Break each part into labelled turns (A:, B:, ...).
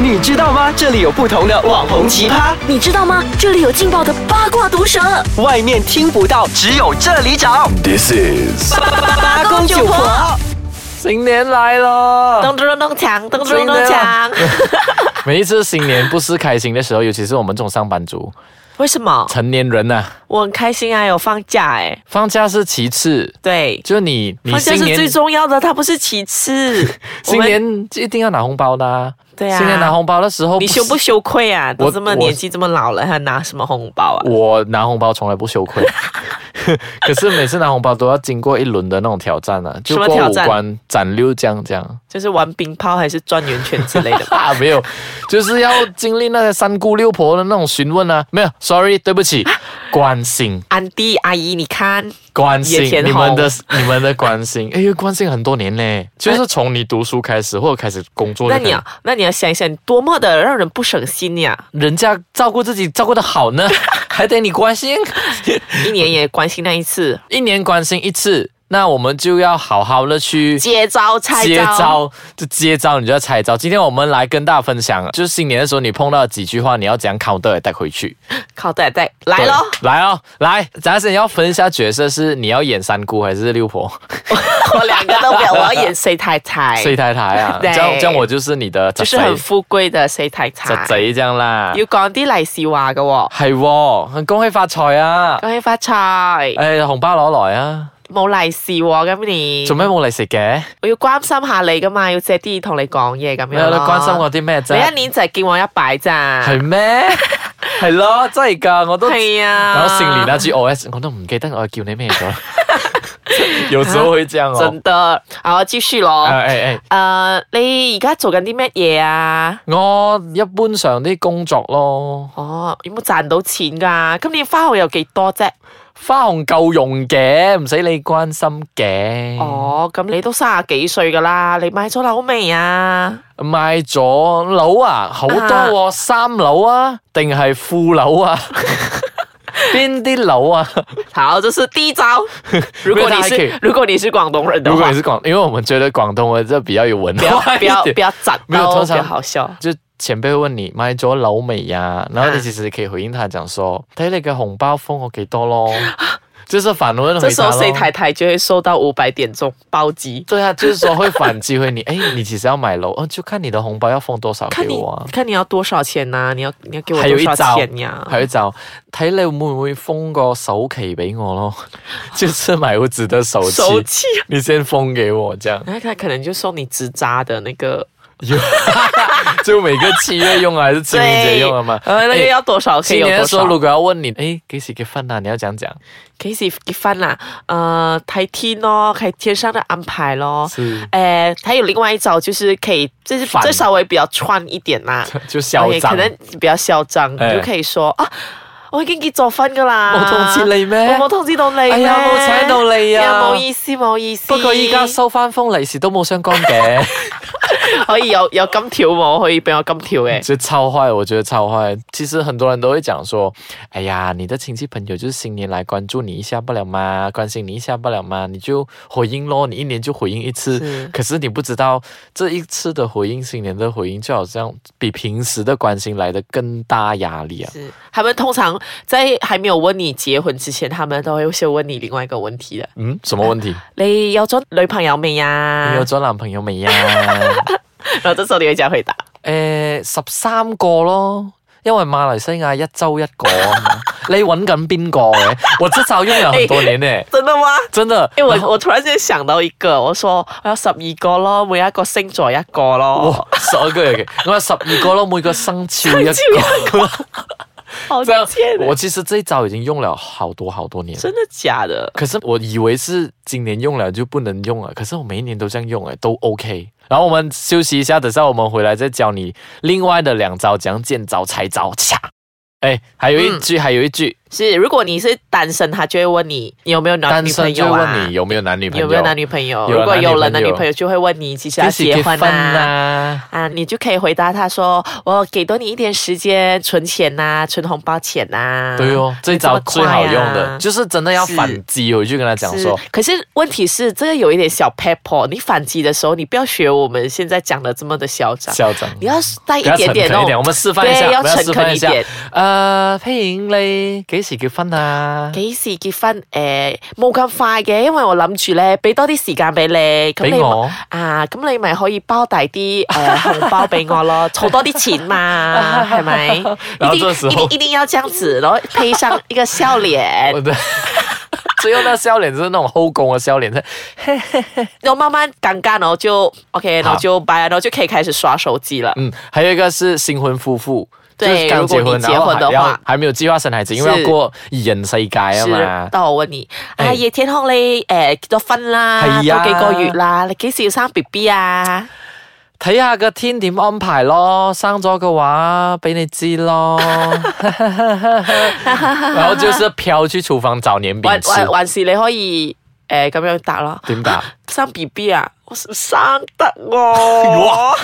A: 你知道吗？这里有不同的网红奇葩，
B: 你知道吗？这里有劲爆的八卦毒舌，
A: 外面听不到，只有这里找。
C: This is
A: 八八八
B: 公九婆，
D: 新年来了，
B: 咚咚咚咚锵，咚
D: 真
B: 咚
D: 的
B: 咚锵。
D: 每一次新年不是开心的时候，尤其是我们这种上班族、
B: 为什么？
D: 成年人呐、
B: 我很开心啊，有放假哎。
D: 放假是其次，
B: 对，
D: 就你你
B: 放假
D: 新
B: 是
D: 年
B: 最重要的，它不是其次。 我
D: 新
B: 们，
D: 年一定要拿红包的、啊，
B: 对啊
D: 新年拿红包的时候，
B: 你羞不
D: 是？
B: 羞愧啊？都
D: 我
B: 这么
D: 我
B: 年纪这么老了，还拿什么红包啊？
D: 我拿红包从来不羞愧， 可是每次拿红包都要经过一轮的那种挑战啊，就
B: 什么
D: 过
B: 挑
D: 五
B: 战
D: 关斩六将这样。
B: 就是玩冰炮还是转圆圈之类的吧？
D: 啊，没有，就是要经历那些三姑六婆的那种询问啊。没有，sorry，对不起，关心
B: 安迪阿姨，你看，
D: 关
B: 野
D: 心
B: 田
D: 你们的
B: 红
D: 你们的 关心，哎呦，关心很多年嘞，就是从你读书开始或者开始工作就
B: 那
D: 开始，
B: 你啊要那你要想一想，你多么的让人不省心 呀！
D: 人家照顾自己照顾的好呢， 还得你关心，
B: 一年也关心那一次，
D: 一年关心一次，那我们就要好好的去
B: 接招拆
D: 接招，就接招，你就要拆招。今天我们来跟大家分享，就是新年的时候你碰到几句话，你要怎样 counter 带回去。
B: 靠带带来喽。
D: 对，来哦，来，咱先要分一下角色是你要演三姑还是六婆？
B: 我两个都不要，我要演 C 太 太，
D: 睡太太
B: 哎
D: 啊，
B: 对
D: 这样这样我就是你的
B: 就
D: 侄
B: 是
D: 仔，
B: 很富贵的 C 太
D: 侄
B: 太，
D: 仔這樣啦。
B: 要講啲利是話嘅喎，
D: 係喎，很恭喜發財啊！
B: 恭喜發財，
D: 誒，紅包攞來啊！
B: 冇利是喎今年，
D: 做咩？冇嚟食嘅？
B: 我要關心下你噶嘛，要借啲嘢同你講嘢咁
D: 你
B: 樣
D: 有
B: 咯。
D: 關心我啲咩啫
B: 你？一年就係見我一擺咋，
D: 係 咩？係咯，真係㗎，我都。
B: 係
D: 然
B: 啊，
D: 後新年那句 OS 我都唔記得我叫你咩 咗。有時候會這樣哦
B: 真。得，啊我繼續
D: 誒
B: 咯。
D: 誒誒，
B: 誒、你而家做緊啲乜嘢啊？
D: 我一般上啲工作咯。
B: 哦，有冇賺到錢㗎？今年花紅有幾多啫？
D: 花紅夠用嘅，唔使你關心嘅。，
B: 哦，咁你都三十幾歲㗎啦，你買咗樓未啊？
D: 買咗樓啊，好多喎、三樓啊，定係副樓啊？邊啲樓啊？
B: 好，这是第 一招。如果你是如果你是广东人的
D: 如果
B: 话
D: 你，是廣，因為我們覺得廣東話就比較有文
B: 不要
D: 化
B: 不
D: 一
B: 要
D: 點
B: 不要攒
D: 没有
B: 到，
D: 通
B: 比
D: 常
B: 较好笑。
D: 就前輩會問你買咗樓未呀？然後
B: 啊
D: 你其實可以回應他講說，睇你嘅紅包封我幾多咯，就是反問
B: 这
D: 回
B: 时
D: 答
B: 候 C
D: 咯。
B: 太太就会收到五百点钟暴击。
D: 对啊，就是说會反擊回你， 哎，你其實要買樓，哦，就看你的紅包要封多少
B: 看
D: 給
B: 你
D: 我啊。
B: 看你要多少钱呐、你要你要给我
D: 还有
B: 多
D: 一
B: 少
D: 招
B: 钱呀、
D: 佢就睇你會唔會封個首期俾我咯， 就是買屋子的首期，
B: 手气，
D: 你先封給我，這 樣
B: 那他可能就送你纸扎的那个，
D: 有就每個七月用啊，還是清明節用啊嘛。
B: 呃，那个
D: 哎
B: 要多少可以
D: 新
B: 有
D: 年
B: 多
D: 的時候，
B: 少
D: 如？果要問你，誒幾時結婚啊？你要講講。
B: 几时结婚啦、呃，睇天咯，睇天上的安排咯。
D: 是，
B: 诶、哎还有另外一招就是可以，就是
D: 反
B: 这稍微比较串一点啦、
D: 就嚣
B: 也
D: 張
B: 可。能比較囂張，
D: 哎
B: 你就可以說啊，我已經結咗婚噶啦，
D: 冇通知你咩
B: 我冇通知到你咩，
D: 哎呀，冇請到你
B: 哎呀
D: 啊！
B: 冇意思冇意思。
D: 不過依家收翻封利是都冇相干嘅，
B: 可以有有金條冇？可以俾我金條 嘅。
D: 就超壞，我覺得超壞。其實很多人都會講說，哎呀，你的親戚朋友就是新年來關注你一下不了嗎？關心你一下不了嗎？你就回應咯，你一年就回應一次。
B: 是
D: 可是你不知道这一次的回應，新年的回應，就好像比平時的關心來的更大压力啊。
B: 是，他們通常在還沒有問你結婚之前，他們都會先問你另外一個問題的：
D: 嗯，什麼問題？
B: 你有咗女朋友未呀
D: 你？有咗男朋友未 啊呀、
B: 然後這時候你會這樣回答。
D: 诶，十三個咯，因為馬來西亞一周一個啊嘛。你揾緊邊個嘅？我至少用了很多年呢、
B: 真的嗎？
D: 真的。
B: 因為我我突然間想到一個，我說我有十二個咯，每一個星座一個咯
D: 哇，，十二個嘅，我有啊十二個咯，每個生肖一個。
B: 好
D: 這
B: 賤
D: 樣，
B: 欸
D: 我其實這一招已經用了好多好多年了。
B: 真的假的？
D: 可是我以為是今年用了就不能用了，可是我每一年都這樣用，哎，都 OK。然後我們休息一下，等下我們回來再教
B: 嗯
D: 你另外的兩招，怎樣見招拆招。恰，哎，還有一句，還有一句，
B: 是，如果你是单身，他就会问你你有没有男
D: 单
B: 女朋
D: 身就
B: 友啊
D: 问你？有没有男女朋友，
B: 有没有男女朋友？
D: 有了
B: 如
D: 啊
B: 果有了
D: 男
B: 男
D: 女朋友
B: 女朋友，就会问你几时要
D: 几时
B: 结
D: 结
B: 婚
D: 婚
B: 啊？
D: 啦？
B: 啊，你就可以回答他说：“我给多你一点时间存钱呐、存红包钱呐、
D: 对哦，这一招
B: 么快
D: 最
B: 啊
D: 好用的就是真的要
B: 是
D: 反击回去跟他讲
B: 是
D: 说，，
B: 可是问题是这个有一点小 pepper，你反击的时候，你不要学我们现在讲的这么的嚣张，
D: 校长。
B: 你要带哎一
D: 不要
B: 点
D: 诚
B: 点
D: 恳一
B: 那
D: 点，我
B: 种。
D: 们示范一下，
B: 对要
D: 我们
B: 诚
D: 示范
B: 恳一
D: 下
B: 点。
D: 呃，佩影，你幾時結婚啊？
B: 幾時結婚？誒呃冇咁快嘅，因為我諗住咧，俾多啲時間俾你，咁
D: 俾
B: 你咪
D: 我
B: 啊，咁你咪可以包大啲誒、呃、紅包俾我咯， 儲多啲錢嘛，係咪？
D: 然後
B: 一
D: 這
B: 定
D: 時候
B: 一定一定要這樣子，然後配上一個笑臉
D: 我，的。最后那笑脸就是那种后宫的笑脸，是
B: 然後慢慢尷尬，然後就 OK，然
D: 好
B: 後就拜，然後就可以開始刷手機了。
D: 嗯，还有一个是新婚夫妇，
B: 對
D: 就是刚结
B: 如果
D: 婚，
B: 你結婚的話
D: 然后还要还没有计划生孩子，因为
B: 是
D: 要過人世界啊
B: 是
D: 嘛，。
B: 到我問你，啊
D: 哎
B: 葉天空你呃誒結咗婚啦，
D: 係啊
B: 都幾個月啦，你幾時要生 B B 啊？
D: 睇下個天點安排咯，生咗嘅話俾你知 咯。然後就是飄去廚房找年
B: 還
D: 餅
B: 還
D: 吃，
B: 還是你可以誒咁、樣答啦。
D: 點答？
B: 生 B B 啊，我是生得我，
D: 哇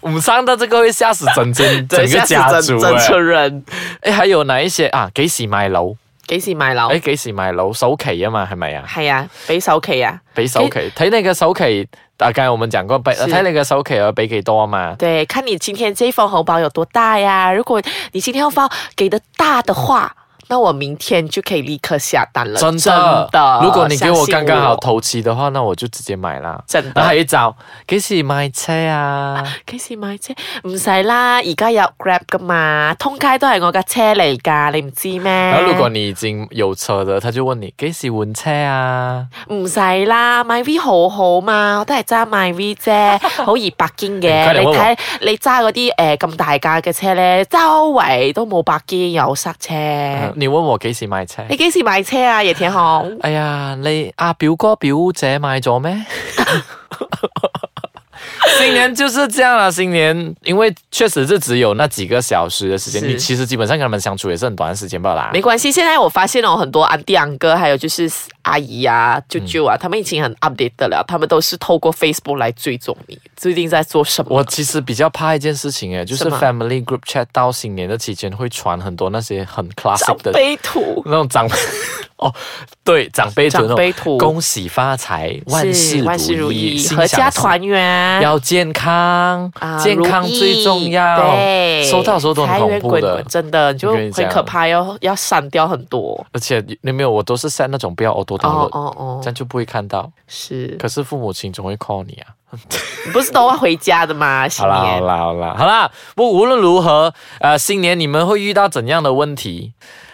D: 我们上到這個會嚇死 整間整個
B: 吓死
D: 家
B: 整
D: 族
B: 整
D: 欸。
B: 村人。
D: 诶，还有哪一些啊？幾時買樓？
B: 幾時買樓？
D: 诶，幾時買樓？首期啊嘛，係咪啊？
B: 係啊，俾首期啊。
D: 俾首期，睇你嘅首期，大概我們講過，俾
B: 是
D: 睇你嘅首期要俾幾多啊嘛。
B: 對，看你今天這一份紅包有多大呀？如果你今天紅包給的大的話，那我明天就可以立刻下單了。
D: 真的，
B: 真的
D: 如果你給我剛剛好
B: 相信我
D: 頭期的話，那我就直接買啦。
B: 真
D: 然後
B: 的。
D: 還要找幾時買車啊？
B: 幾時買車？唔使啦，而家有 Grab 噶嘛，通街都係我架車嚟㗎，你唔知咩？
D: 然後如果你已經有車的，他就問你幾時換車啊？
B: 唔使啦，買 V 好好嘛，我都係揸買 V 啫，好易白堅嘅。
D: 快嚟
B: 你
D: 問我
B: 睇你揸嗰啲誒咁大架嘅車咧，周圍都冇白堅，有塞車。
D: 你問我幾時買車？
B: 你幾時買車啊，葉天 雄？
D: 哎呀，你阿、表哥表姐買咗 咩？新年就是这样啦，新年因为确实是只有那几个小时的时间，
B: 是
D: 你其实基本上跟他们相處也是很短的时间罢啦。
B: 沒關係，現在我發現哦，很多安迪安哥，還有就是阿姨啊、舅舅啊，他們已經很 update 的了，他們都是透過 Facebook 來追蹤你最近在做什
D: 我
B: 麼。
D: 其实比较怕一件事情诶，就是
B: 什么
D: family group chat 到新年的期间会传很多那些很
B: 长
D: classic 的
B: 辈图，
D: 那种长辈 哦，对长辈图那
B: 长
D: 种
B: 辈图，
D: 恭喜发财，万事
B: 是万事
D: 如
B: 如
D: 意，
B: 意，
D: 心
B: 阖
D: 想
B: 家
D: 事
B: 团圆。
D: 要健康，
B: 啊，
D: 健康
B: 如意
D: 最重要。
B: 对，
D: 收到的时候都很
B: 财
D: 恐
B: 源
D: 怖
B: 滚
D: 的
B: 滚，，真的就
D: 我跟你
B: 很
D: 讲
B: 可怕，要要删掉很多。
D: 而且你没有，我都是 set 那种不要 auto
B: 哦
D: download，、
B: 哦
D: 这
B: 哦，
D: 样就不会看到。
B: 是，
D: 可是父母亲总会 call 你啊。
B: 不是都要回家的吗？新
D: 好啦好
B: 年
D: 啦好啦好啦，不无论如何，呃，新年你们会遇到怎样的问题？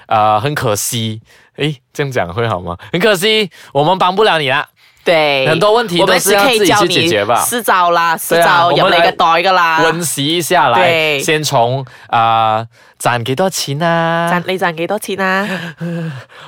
D: 呃，很可惜，诶，这样讲会好吗？很可惜，我们帮不了你啦。
B: 对，
D: 很多问题
B: 我
D: 都
B: 们
D: 是
B: 只
D: 要
B: 可
D: 自
B: 以
D: 己
B: 教
D: 去解
B: 你
D: 决吧。
B: 四招啦，
D: 对
B: 四
D: 啊
B: 招
D: 我
B: 入
D: 们
B: 你
D: 来
B: 嘅袋噶啦，
D: 温习一下来，
B: 啊对
D: 先从啊、呃赚几多钱啊？
B: 赚你赚几多钱 啊？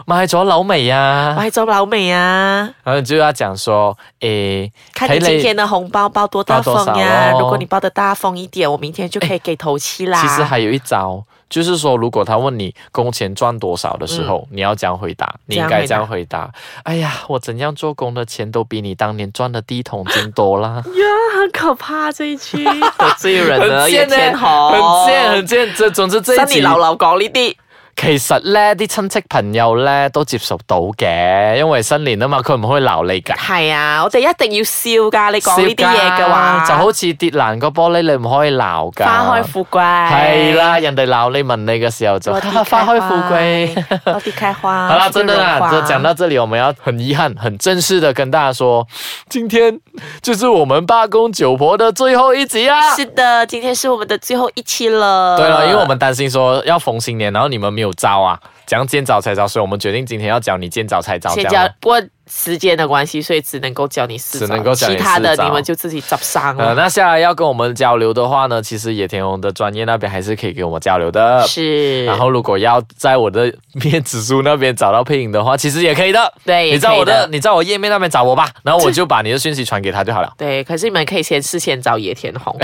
D: 買咗樓未啊？
B: 买咗楼未啊？
D: 然後就要講說，誒、
B: 看你今天的红包包多大
D: 包
B: 封
D: 多
B: 呀
D: 少？哦
B: 如果你包的大封一点，我明天就可以给头七啦。
D: 其實還有一招，就是說，如果他問你工錢賺多少的時候，
B: 嗯
D: 你要這樣回答，你應該這
B: 這
D: 樣
B: 樣
D: 回答。哎呀，我怎樣做工的錢都比你當年賺的第一桶金多 啦。
B: 很可怕這一句，得罪人啊
D: 很
B: 了，
D: 賤
B: 也
D: 呢
B: 天好，
D: 很賤，很賤。這總之這一
B: 新年
D: 集，
B: 流流講呢啲，
D: 其實咧啲親戚朋友咧都接受到嘅，因為新年啊嘛，佢唔可以鬧你㗎。
B: 係啊，我哋一定要笑噶。你講呢啲嘢嘅話，
D: 就好似跌爛個玻璃，你唔可以鬧㗎。
B: 花開富貴，
D: 系啦，，人哋鬧你問你嘅時候就
B: 落地
D: 哈哈 花開富貴。
B: 貴，落地開花。
D: 好啦，真的
B: 啦
D: 啦，，就讲到这里，我們要很遺憾、很正式的跟大家說，今天就是我們八公九婆的最後一集啊。
B: 是的，今天是我們的最後一期了。
D: 对了，因為我們擔心說要逢新年，然後你們沒有招啊，講見招拆招，所以我們決定今天要教你見招拆招。
B: 先
D: 這樣
B: 教
D: 啊，
B: 不過时间的关系，所以只能够教你四招，
D: 只能够教你
B: 其他的
D: 四招
B: 你们就自己找上了。
D: 呃，那下来要跟我们交流的话呢，其实野田红的专业那边还是可以给我们交流的。
B: 是，
D: 然后如果要在我的面子书那边找到配音的话，其实也可以的。
B: 对
D: 你在我
B: 也可以的
D: 你在我页面那边找我吧，然后我就把你的讯息传给他就好了。
B: 对，可是你们可以先事先找野田 红，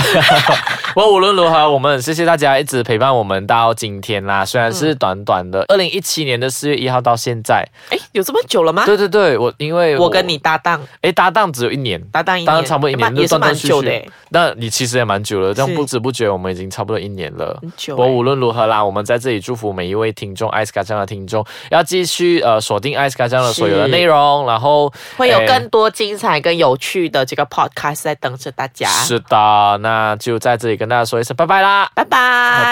D: 我无论如何，我们很谢谢大家一直陪伴我们到今天啦。虽然
B: 嗯
D: 是短短的，二零一七年的四月一号到现在，
B: 哎，有这么久了吗？
D: 对对对，我因为
B: 我跟你搭档，
D: 哎搭档只有一年，
B: 搭档一
D: 当
B: 年，
D: 然差不多一年，
B: 也是
D: 断断
B: 蛮
D: 续哎
B: 久的
D: 续
B: 诶。
D: 那你其实也蛮久了，这样
B: 是
D: 不知不觉我们已经差不多一年了。
B: 很久
D: 不
B: 欸
D: 过无论如何啦，我们在这里祝福每一位听众，Ice 卡酱的听众，要继续呃锁定 Ice 卡酱的所有的
B: 是
D: 内容，然后
B: 会有
D: 诶
B: 更多精彩、更有趣的这个 podcast 在等着大家。
D: 是的，那就在这里跟大家说一声拜拜啦。
B: 拜拜，
D: 拜